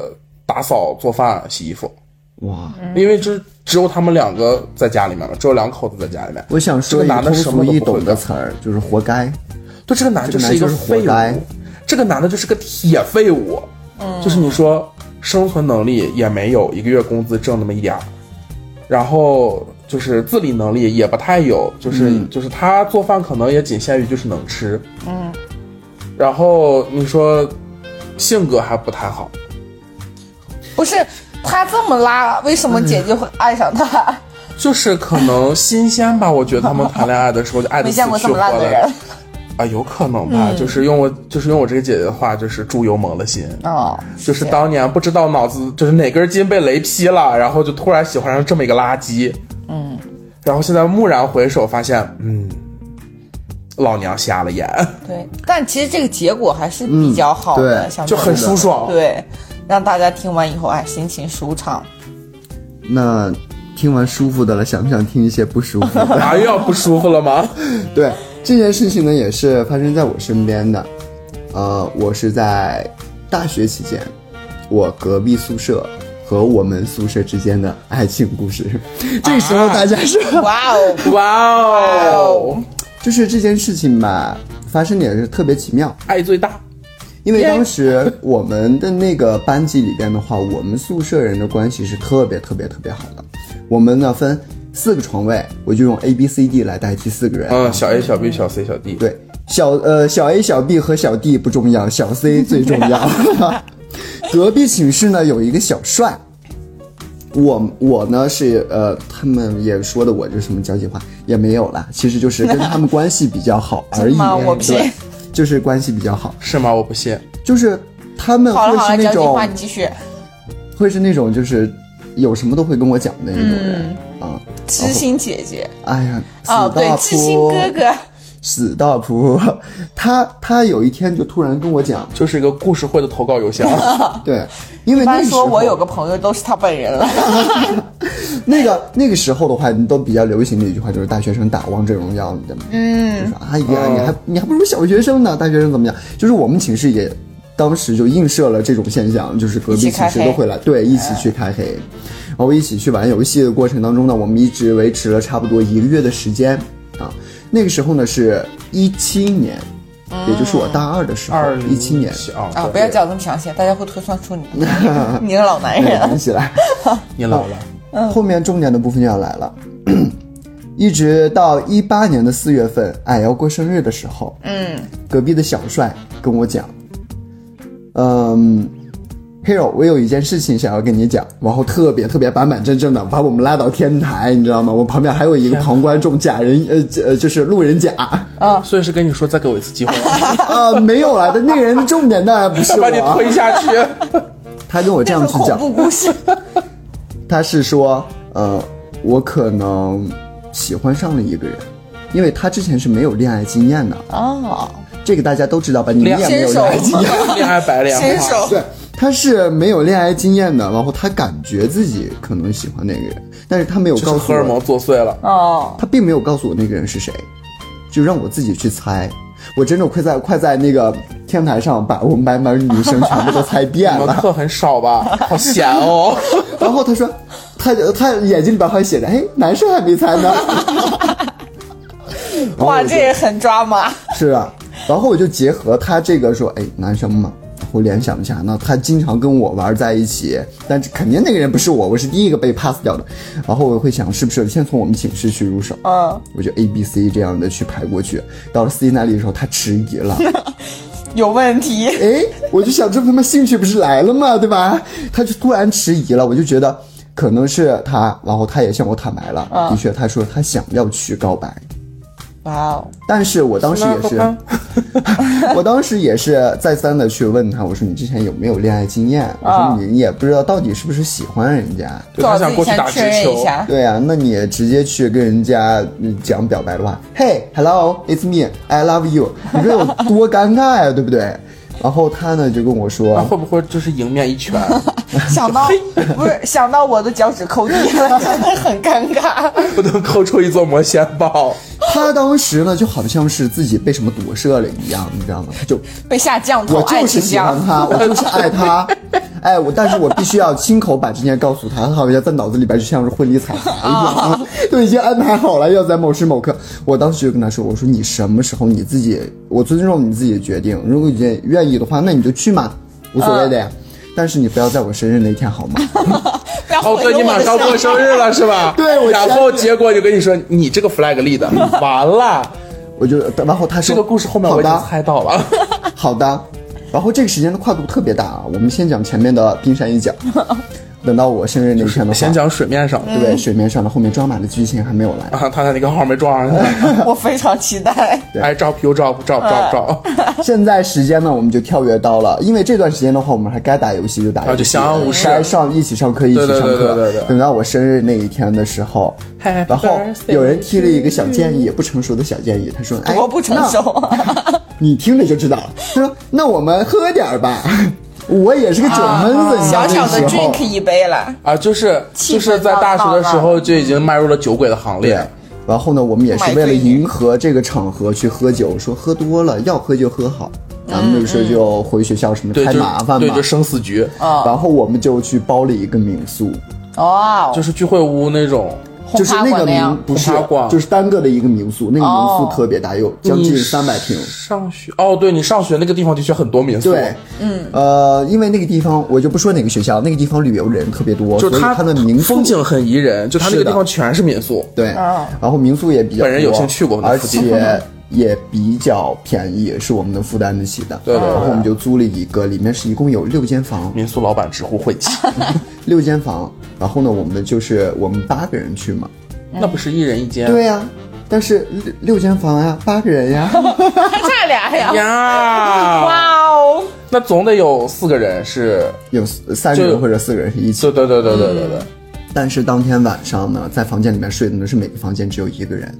打扫、做饭、洗衣服，
哇，
因为就是只有他们两个在家里面了，只有两口子在家里面。
我想说一
这个
个
男的
通
什么
俗
都不
易
会
懂的词儿，就是活该。
对，这个男的就是一
这个男就是活
废物
该，
这个男的就是个铁废物，
嗯
就是你说生存能力也没有，一个月工资挣那么一点儿，然后就是自理能力也不太有，就是、就是他做饭可能也仅限于就是能吃，嗯，然后你说性格还不太好，
不是他这么拉，为什么姐
嗯
姐会爱上他？
就是可能新鲜吧，我觉得他们谈恋爱的时候就爱的
没
死
见过
去
这
活
么烂的
来
人嗯
啊、有可能吧，就是用我就是用我这个姐姐的话，就是猪油蒙了心。
哦，
就是当年不知道脑子就是哪根筋被雷劈了，然后就突然喜欢上这么一个垃圾。嗯，然后现在蓦然回首，发现，嗯，老娘瞎了眼，
对，但其实这个结果还是比较好
嗯
的，
对
相
就
对
很舒爽。
对，让大家听完以后哎，心情舒畅。
那听完舒服的了，想不想听一些不舒服的？
啊，又要不舒服了吗？
对这件事情呢，也是发生在我身边的。呃，我是在大学期间，我隔壁宿舍和我们宿舍之间的爱情故事。这时候大家是，
哇 哦，
哇哦
哦，
就是这件事情吧，发生的也是特别奇妙。
爱最大，
因为当时我们的那个班级里边的话，我们宿舍人的关系是特别特别特别好的。我们呢分四个床位，我就用 A、B、C、D 来代替四个人。
嗯，小 A、小 B、小 C、小 D，，
对，小呃小 A、小 B 和小 D 不重要，小 C 最重 要。隔壁寝室呢有一个小帅，我我呢是呃他们也说的我这什么交际花也没有啦，其实就是跟他们关系比较好而已。
真吗我不信
对，就是关系比较好，
是吗？我不信，
就是他们
好
会
了
是
好了，
那
交际
种哦
花你继续。
会是那种就是有什么都会跟我讲的那种人、啊。
知心姐姐
哎呀，死
嗯哦，对
大，哎
知心
扑
哥哥，
死大扑， 他他有一天就突然跟我讲，
就是一个故事会的投稿邮箱。
对，因为
一
那
般
时候
说我有个朋友都是他本人 了。
那个那个时候的话，你都比较流行的一句话就是大学生打王者荣耀的嘛，嗯，就是哎呀，你还你还不如小学生呢，大学生怎么样？就是我们寝室也当时就映射了这种现象，就是隔壁
一起开嗯
寝室都会来，对，一起去开黑，然后一起去玩游戏的过程当中呢，我们一直维持了差不多一个月的时间啊。那个时候呢是一七年，也就是我大二的时候
二，
一七 年。
啊
啊，
对
不要讲这么详细，大家会推算出你你个老男
哎
人。
想起来，
你老了，
后面重点的部分就要来了。 一直到一八年的四月份，俺要过生日的时候，
嗯，
隔壁的小帅跟我讲，嗯，Hero，我有一件事情想要跟你讲，然后特别特别板板正正的把我们拉到天台，你知道吗？我旁边还有一个旁观众假人，呃呃，就是路 人甲
所以是跟你说再给我一次机会，
啊、没有了，但那个人重点当然不是
把你
我，
推下去。
他跟我这
这
样
是
去
恐
讲，
怖 故事，
他是说，呃，我可能喜欢上了一个人，因为他之前是没有恋爱经验的，
哦，
这个大家都知道吧？你们也没有恋爱经验，
恋爱白莲
伸
花，
手
对，他是没有恋爱经验的，然后他感觉自己可能喜欢那个人，但是他没有
就是
告诉
荷尔
我，
蒙作祟了。
哦，
他并没有告诉我那个人是谁，就让我自己去猜。我真的快在快在那个天台上把我们班班女生全部都猜遍
你
了
们。课很少吧？ 好闲哦。
然后他说，他他眼睛里边还写着，哎，男生还没猜呢。
哇，这也很抓马，
是啊，然后我就结合他这个说，哎，男生嘛，我联想一下，那他经常跟我玩在一起，但是肯定那个人不是我，我是第一个被 pass 掉的。然后我会想，是不是先从我们寝室去入手？
嗯，
我就 A、B、C 这样的去排过去，到了 C 那里的时候，他迟疑了。
有问题，
哎，我就想这他妈兴趣不是来了吗？对吧？他就突然迟疑了，我就觉得可能是他，然后他也向我坦白了，的确，他说他想要去告白，
哇哦，
但是我当时也是， 我当时也是再三的去问他，我说你之前有没有恋爱经验？我
啊
说你也不知道到底是不是喜欢人家。
对
最
他
好自
想
己
过去
先
打
确
直
认一
球，
下，
对啊，那你直接去跟人家嗯讲表白的话，Hey，hello，it's me，I love you，你 说有多尴尬呀、对不对？然后他呢就跟我
那
说，
会不会就是迎面一拳？
想到不是想到我的脚趾抠地了，真的很尴尬。
不能抠出一座魔仙 堡。
他当时呢就好像是自己被什么夺舍了一样，你知道吗？他就
被下降头，
我
爱
就是
情
喜欢
降，
他，我就是爱他，哎，我但是我必须要亲口把这件告诉他，他好像在脑子里边就像是婚礼彩排一
啊
样， 都已经安排好了，要在某时某刻。我当时就跟他说，我说你什么时候你自己，我尊重你自己的决定，如果你愿意的话，那你就去嘛，无所谓的
嗯
呀。但是你不要在我生日那天好吗？
不要
哦，
毁
对
了
你
哎我
马
的
上过
想
生日了是 吧？
对我
然后结果就跟你说，你这个 flag 立的，完了。
我就然后他
这
说
个故事后面
好
我已
的
经猜到了，
好的，然后这个时间的跨度特别大啊，我们先讲前面的冰山 一角，等到我生日那天的话，
先讲水面上
嗯
的。
对水面上的后面抓马的剧情还没有来。
啊，他在那个号没撞上去。哎
我非常期待。
I drop you drop drop drop
嗯
drop，
现在时间呢，我们就跳跃到了，因为这段时间的话，我们还该打游戏就打游戏，
啊就相安无事
该上一起上课一起上课。
对对对对对对
等到我生日那一天的时候，
Happy
然后有人提了一个小建议，不成熟的小建议，他说：“哎，
我不成熟，
那你听着就知道了。”他说：“那我们喝点儿吧。” 我也是个酒闷子，你知道
小小
那
的
时候
drink 一杯了，
啊，就是
气
就
氛
是在大学的时候就
嗯
已经迈入了酒鬼的行
对
列。。
然后呢，我们也
买
是为了
醉女
迎合这个场合去喝酒，说喝多了要喝就喝好，
嗯
咱们那个时候就回学校什么
对，
太
就
麻烦
对，
嘛
就。生死局，
哦啊
然后我们就去包了一个民宿，
哇哦，
就是聚会屋那种。
红
就是
花
那
馆
个
那样
民不是
红花，馆
就是单个的一个民宿，那个民
哦嗯
宿特别大，有将近三百平
你。上学哦，对你上学那个地方的确很多民宿，
对，嗯，呃，因为那个地方我就不说哪个学校，那个地方旅游人特别多，
就
所以
它
它的民宿
风景很宜人，就它那
是
个
的
地方全是民宿。
对，
哦
然后民宿也比较多，
本人有幸去过那
而
附近
且也比较便宜，是我们能负担得起的。
对对对
然后我们就租了一个，里面是一共有六间房，
民宿老板直呼 晦气，
六间房。然后呢，我们就是我们八个人去嘛。
那不是一人一间？
对呀、但是六六间房呀，八个人 呀，
还差俩
哎
呀！
呀，
哇哦，
那总得有四个人是，
有三个人或者四个人是一起
对对对对对对对，
但是当天晚上呢，在房间里面睡的呢是每个房间只有一个人，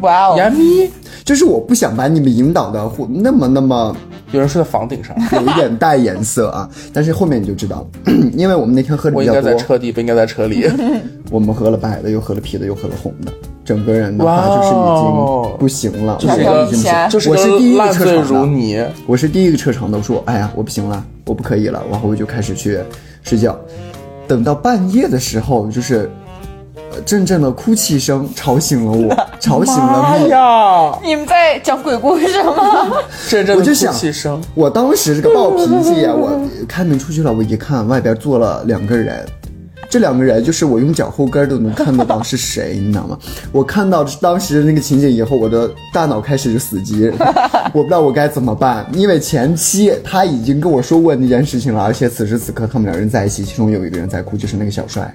哇哦，
杨幂，
就是我不想把你们引导的那么那么
有人睡在房顶 上，
有一点带颜色啊。 但是后面你就知道了， 因为我们那天喝的
我
比
应
较
该在
多，
车底，不应该在车里。
我们喝了白的，又喝了啤的，又喝了红的，整个人的
哇
话
哦
就是已经不行了，
就是
我
一
已
个
经不行了，
就是
我是第一
个
个
烂
撤
醉
场
如
的，
泥，
我是第一个撤场的，我说哎呀，我不行了，我不可以了，然后我就开始去睡觉。等到半夜的时候，就是呃阵阵的哭泣声吵醒了我， 吵醒了
妈
你。
哎呀！
你们在讲鬼故事吗？
阵阵
我
的
就
哭
想
泣声，
我当时这个暴脾气 呀、我开门出去了，我一看外边坐了两个人，这两个人就是我用脚后跟都能看得到是谁，你知道吗？我看到当时那个情景以后，我的大脑开始就死机， 我不知道我该怎么办，因为前期他已经跟我说过那件事情了，而且此时此刻他们两人在一起，其中有一个人在哭，就是那个小帅，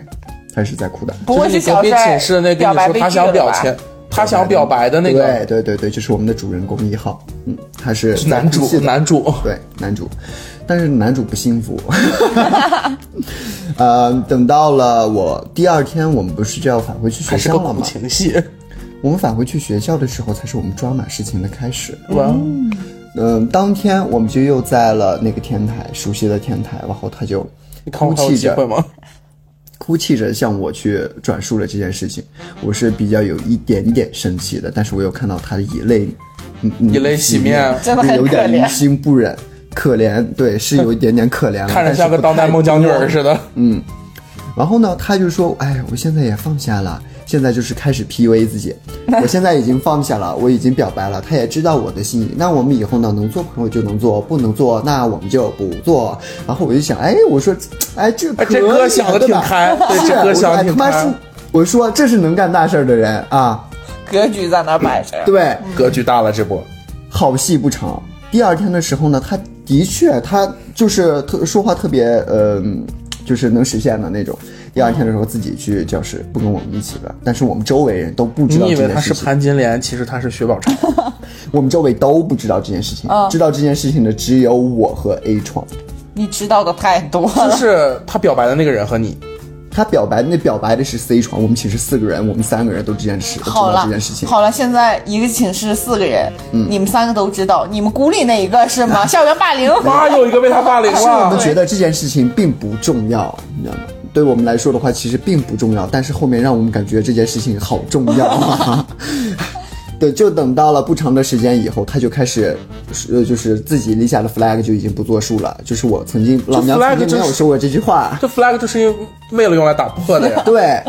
他是在哭的。
不
就
会
是你隔
小
壁
帅
寝室那跟
表
你
白
说
被
他
拒
想
了
表
吧？
前，他想表白的那个
对对对对，就是我们的主人公一号，嗯，他是在
男
哭
主
泣，的
男主
对男主，但是男主不幸福。 呃，等到了我第二天，我们不是就要返回去学
还是
校
个
了
苦
吗？
情戏。
我们返回去学校的时候，才是我们抓马事情的开始。
哇，
嗯、当天我们就又在了那个天台，熟悉的天台，然后他就
你看
哭
我还有
泣
机会
着，
吗？
哭泣着向我去转述了这件事情。我是比较有一点点生气的，但是我有看到他的眼泪，嗯嗯
以泪洗面，啊
真的很
有点
可怜
于心不忍，可怜，对，是有一点点可 怜了，
看着
但是
像个
不
当代
太
孟姜女
多
儿似的。
然后呢，他就说：“哎，我现在也放下了，现在就是开始 PUA 自 己。我现在已经放下了，我已经表白了，他也知道我的心意。那我们以后呢，能做朋友就能做，不能做那我们就不做。”然后我就想，哎，我说，哎，这
哎
可
这歌想得
的
挺开对这歌想得挺
他妈
开
是，我说这是能干大事儿的人啊，
格局在那摆着，
对。
格局大了，这波
好戏不长。第二天的时候呢，他的确他就是特说话特别呃，就是能实现的那种。第二天的时候自己去教室，不跟我们一起了，但是我们周围人都不知道
你以
这
为
件
他
事
是
情，
潘金莲，其实他是薛宝 钗。
我们周围都不知道这件事情。
哦
知道这件事情的只有我和 A 床。
你知道的太多
就
了。
是他表白的那个人和 你，
他表白那表白的是 C 床，我们寝室四个人，我们三个人都这件事知
好
道
了
这件事，情。嗯
好了，现在一个寝室四个人，你们三个都知道，你们孤立那一个是 吗？校园霸凌，
妈有一个被他霸凌
是我
了。
们觉得这件事情并不重要，你知道吗？对我们来说的话，其实并不重要，但是后面让我们感觉这件事情好重要啊。 对，就等到了不长的时间以后，他就开始，呃，就是自己立下的 flag 就已经不作数了。就是我曾经，老娘
flag
曾经没
就
有
是
说过这句话，
这 flag 就是因为为了用来打破的呀。
对，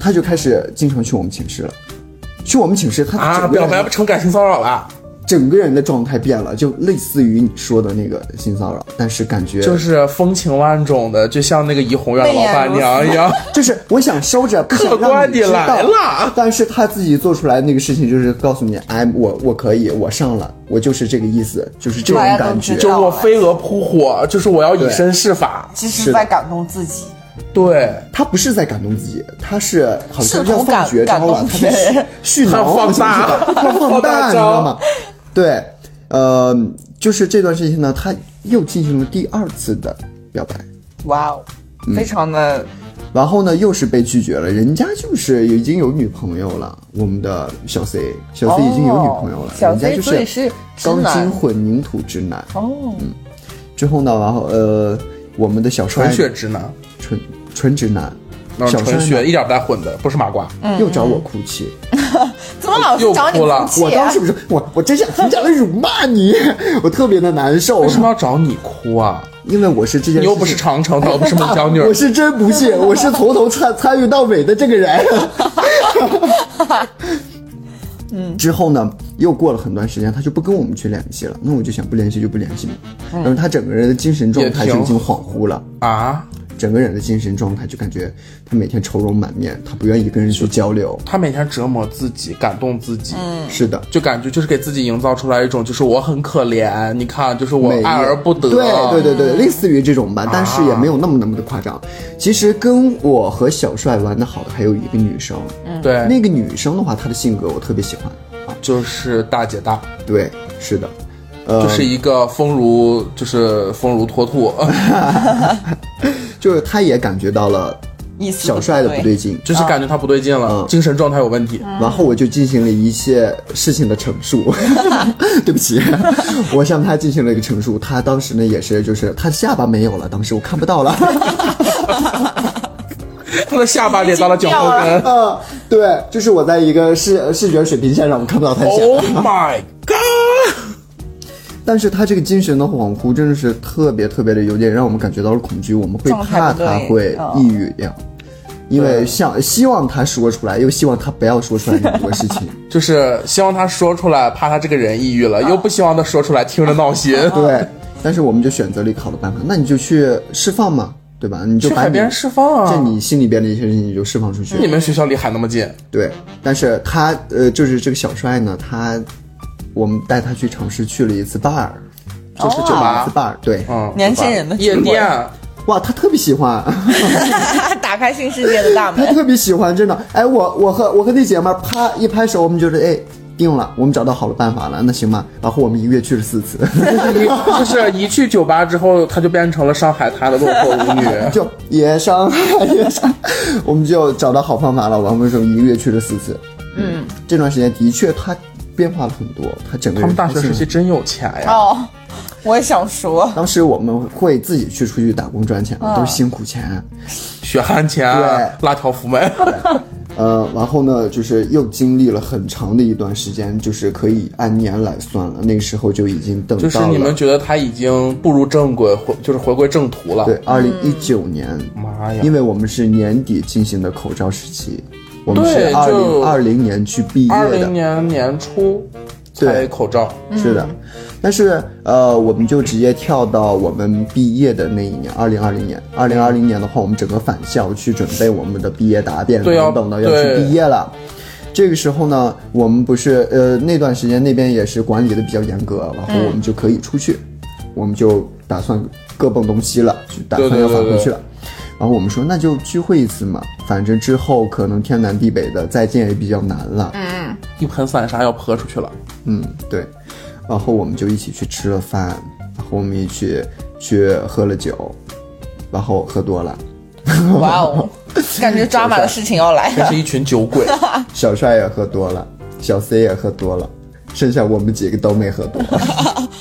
他就开始经常去我们寝室了。去我们寝室，他
啊，
整个
表
人
白不成感情骚扰了，啊
整个人的状态变了，就类似于你说的那个性骚扰，但是感觉
就是风情万种的，就像那个怡红院的老板娘一样。
就是我想收着，不想
客
让
官
你知
你来
道。
了
但是他自己做出来那个事情，就是告诉你，哎，我我可以，我上了，我就是这个意思，就是这种
大家都
啊感觉
知。
就是
道
我飞蛾扑火，就是我要以身试法。
其
是
实
的
在感动自己。
对，
他不是在感动自己，他是好像
试图
要放
感
绝招了
感，动
他在
别人
蓄蓄
他
挠，
放大
好像是吧他放
放大
大，你知道吗？对，呃，就是这段事情呢，他又进行了第二次的表白。
哇哦，
嗯
非常的
然后呢，又是被拒绝了。人家就是已经有女朋友了，我们的小 C，小 C 已经有女朋友了，
哦小
人家
C
就
所以是直
钢
男
筋混凝土直男。嗯
哦，
之后呢，然后呃，我们的小帅
纯血直男，
纯纯直男，
那
哎小
种
帅
纯血
呢
一点不带混的，不是麻瓜。
嗯
又找我哭泣，
怎么老是找你
又哭了
哭泣啊？
我当时不是我我真想很想辱骂啊你， 我特别的难受
为，什么要找你哭 啊？
因为我是这件事情
你又不是长城，他又不是孟姜女
。我是真不信，我是从头参参与到尾的这个人。嗯，之后呢，又过了很段时间，他就不跟我们去联系了。那我就想，不联系就不联系嘛。然后他整个人的精神状态就已经恍惚了，
啊，
整个人的精神状态就感觉他每天愁容满面，他不愿意跟人去交流。
他每天折磨自己，感动自己，
是的，
就感觉就是给自己营造出来一种就是我很可怜，你看就是我
美
爱而不得，
对对对对，类似于这种吧，但是也没有那么那么的夸张。其实跟我和小帅玩的好的还有一个女生，
对对
那个女生的话，她的性格我特别喜欢。
就是大姐大，
对，是的，嗯
就是一个丰如就是丰如脱兔，
就是他也感觉到了
意思
小帅的不对劲。
就是感觉他不对劲了，
嗯
精神状态有问题。
然后我就进行了一切事情的陈述， 对不起，我向他进行了一个陈述。他当时呢也是，就是他的下巴没有了，当时我看不到了。
他的下巴咧到了脚后跟。
啊，对，就是我在一个视视觉水平线上，我看不到他的下巴。
Oh my god！
但是他这个精神的恍惚真的是特别特别的有点让我们感觉到了恐惧，我们会
状态
怕
不对
他会
嗯
抑郁掉，因为想希望他说出来，又希望他不要说出来很多事情。
就是希望他说出来，怕他这个人抑郁了，又不希望他说出来，听着闹心。
对，但是我们就选择了一个好的办法，那你就去释放嘛，对吧？你就
去
把
海
你
边释放
在
啊！
你心里边的一些事情你就释放出去。
你们学校离海那么近，
对，但是他呃，就是这个小帅呢，他我们带他去尝试去了一次 bar，
就是酒
一
吧
次，bar，对，
嗯，
年轻人的
夜
聚会
店，
哇，他特别喜欢。
打开新世界的大
他
门。
特别喜欢，真的。哎，我我和我和那姐们儿啪一拍手，我们觉得哎定了，我们找到好的办法了，那行吧。然后我们一个月去了四次，。
就是一去酒吧之后，他就变成了上海滩的落魄舞女
就也伤害也伤害，我们就找到好方法了。我们说一个月去了四次，嗯，这段时间的确他变化了很多，他整个
他们
人
大学时
开
期
心了。
真有钱呀！
哦，我也 想说，
当时我们会自己去出去打工赚钱，
啊
都是辛苦钱。
血汗钱啊
对、
辣条福门，
呃，然后呢，就是又经历了很长的一段时间，就是可以按年来算了。那个时候就已经等到
就
了。
是你们觉得他已经步入正轨，回就是回归正途了。
对，，二零一九年，
哦嗯妈呀！
因为我们是年底进行的口罩时期，我们
对
是二
就
零二零年去毕
二
业
零
的，
年年初才
对
口罩，
是的。但是呃，我们就直接跳到我们毕业的那一年，二零二零年。二零二零年的话，我们整个返校去准备我们的毕业答辩，
对啊
等等的要去
对
毕业了。这个时候呢，我们不是呃那段时间那边也是管理的比较严格，然后我
嗯
们就可以出去，我们就打算各奔东西了，就打算
对对
要
对
返回
对
去了。然后我们说那就聚会一次嘛，反正之后可能天南地北的再见也比较难了。
一盆散沙要泼出去 了。
嗯，对。然后我们就一起去吃了饭，然后我们一起去喝了酒，然后喝多了，
哇哦，感觉抓马的事情要来
真
了
是。一群酒鬼，
小帅也喝多了，小 C 也喝多了，剩下我们几个都没喝多。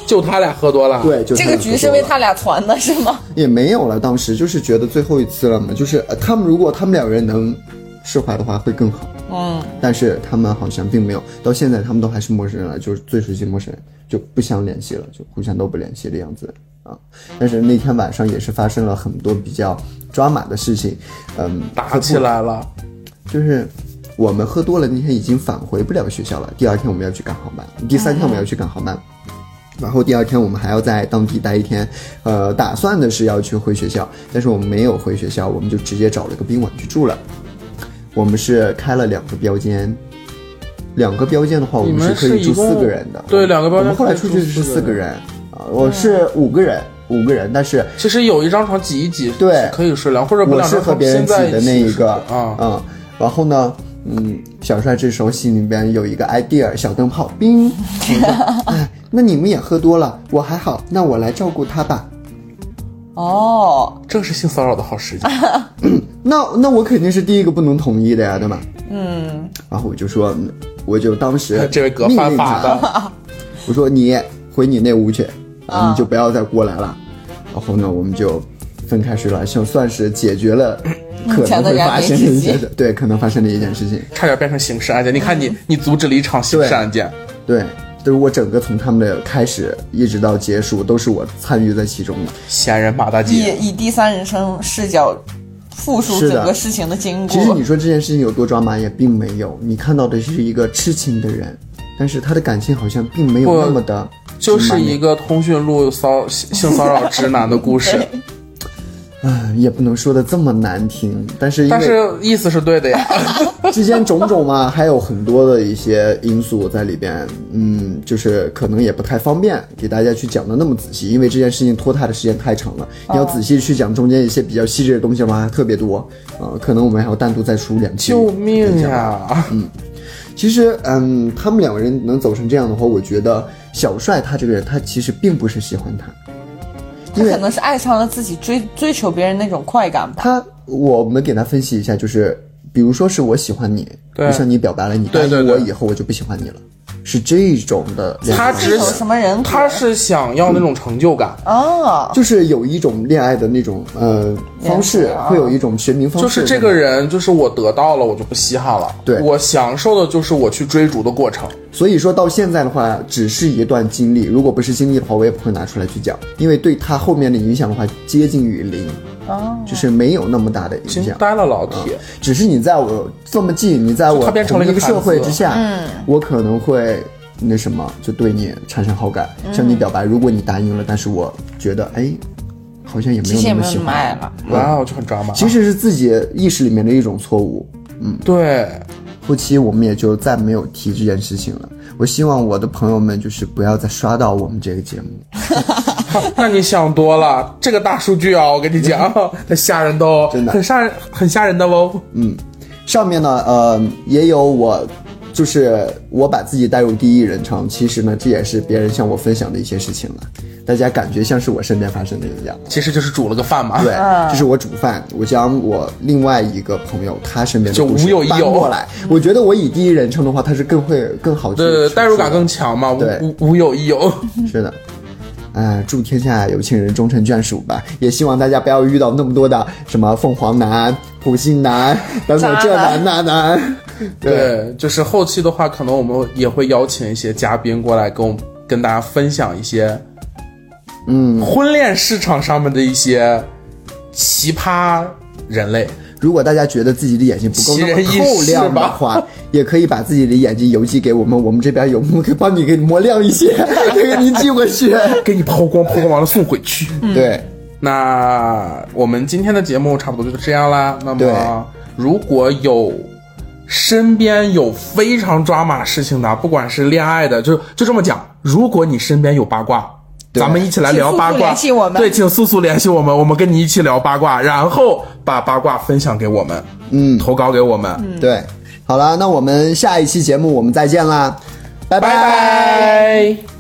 就他俩喝多了。
对， 就
这
他
个
俩
局
喝
是
多
为
了
他俩传的，是吗？
也没有了，当时就是觉得最后一次了嘛，就是、呃他们如果他们两个人能释怀的话会更好。
嗯，
但是他们好像并没有，到现在他们都还是陌生人了，就是最熟悉陌生人，就不想联系了，就互相都不联系的样子啊。但是那天晚上也是发生了很多比较抓马的事情，嗯，
打起来了，
就是我们喝多了那天已经返回不了学校了，第二天我们要去赶航班，第三天我们要去赶航班。然后第二天我们还要在当地待一天，呃，打算的是要去回学校，但是我们没有回学校，我们就直接找了个宾馆去住了。我们是开了两个标间，两个标间的话，我
你们
是可以
是
住
一共
四个人的。
对两个标间
我们后来出去
可以住
是
四个
四个
人
人，啊，我是五个人，五个人，但是
其实有一张床挤一挤，
对
是可以睡凉，或者不
我
两
是
张
和
床
别人
拼
挤
在
的
起
那一个
是啊，
嗯，然后呢，嗯，小帅这时候心里边有一个 idea，小灯泡， 冰，我说哎，那你们也喝多了，我还好，那我来照顾他吧。
哦，
正是性骚扰的好时 机。
那那我肯定是第一个不能同意的呀，对吧？嗯，然后我就说，嗯我就当时
这位哥
命
犯
令
法
他，
的，
我说你回你那屋去，啊，你就不要再过来了。然后呢，我们就分开睡了，就算是解决了可能会发生的一件事，对，可能发生的一件事情。
差点变成刑事案件。你看你，你阻止了一场刑事案件，
对，就是我整个从他们的开始一直到结束，都是我参与在其中的。
闲人马大
以
姐。
以第三人称视角复述
是
整
的
个事情的经
其实
过
你。说这件事情有多抓马，也并没有。你看到的是一个痴情的人，但是他的感情好像并没有
不
那么的
就是一
个，
个通讯录骚性性骚扰直男的故 事，
唉也不能说的这么难听。但是因
但
为
是意思是对的 呀。
之间种种嘛，还有很多的一些因素在里边。嗯，就是可能也不太方便给大家去讲的那么仔细，因为这件事情拖沓的时间太长了。
哦
你要仔细去讲中间一些比较细致的东西的话，还特别多。呃，可能我们还要单独再出两期。
救
啊
命！啊 呀！
其实，嗯，他们两个人能走成这样的话，我觉得小帅他这个人，他其实并不是喜欢他，
他可能是爱上了自己追追求别人那种快感吧。
他我们给他分析一下，就是比如说是我喜欢你，
对
我向你表白了你，
对对
答应
对
我以后我就不喜欢你了，是这种的恋爱
他
方
只
式。
是有什么人格？
他是想要那种成就感，
哦，
就是有一种恋爱的那种呃方式
恋爱，啊
会有一种学名方式。
就是这个，人，就是我得到了，我就不稀罕了。
嗯对
我享受的就是我去追逐的过程。
所以说到现在的话，只是一段经历。如果不是经历的话，我也不会拿出来去讲，因为对他后面的影响的话，接近于零，
哦，
就是没有那么大的影
惊
响。
呆了，老铁，
只是你在我这么近，你在
就
我
它变成
同
了一
一
个
个社会之下，
嗯
我可能会那什么，就对你产生好感，向你表
嗯
白。如果你答应了，但是我觉得哎，好像也没
其
有
实也
那么
没有
喜
那么爱
欢。
了。
哇哦，就很抓马。
嗯其实是自己意识里面的一种错误。
对，
后期我们也就再没有提这件事情了。我希望我的朋友们就是不要再刷到我们这个节目。
那你想多了，这个大数据啊，我跟你 讲，很吓人的哦，
真的
很吓人，很吓人的哦。
上面呢，呃，也有我，就是我把自己带入第一人称，其实呢，这也是别人向我分享的一些事情了。大家感觉像是我身边发生的一样。
其实就是煮了个饭嘛。
对，就是我煮饭，我将我另外一个朋友他身边的
就
故事
无有一
搬
有
过来。我觉得我以第一人称的话，他是更会更好去
对对对，
叙述
代入感
的
更强嘛，无
对
无无有亦有。
是的，哎，祝天下有情人终成眷属吧！也希望大家不要遇到那么多的什么凤凰男、普信男等等这男那男。对，
对，就是后期的话，可能我们也会邀请一些嘉宾过来跟我们跟大家分享一些，嗯，婚恋市场上面的一些奇葩人类。
如果大家觉得自己的眼睛不够
奇
那
人
么
异
透
事
亮的
吧
话，也可以把自己的眼睛邮寄给我们，我们这边有木可帮你给你磨亮一 些，再给你寄过去。
给你抛光，抛光完了送回去。
对，
那我们今天的节目差不多就这样啦。那
对
么，如果有身边有非常抓马事情的，不管是恋爱的，就就这么讲。如果你身边有八卦，
对
咱们一起来聊八
请速速
卦。
联系我们
对，请速速联系我们，我们跟你一起聊八卦，然后把八卦分享给我们，
嗯，
投稿给我们。
对，好了，那我们下一期节目我们再见啦，拜
拜拜。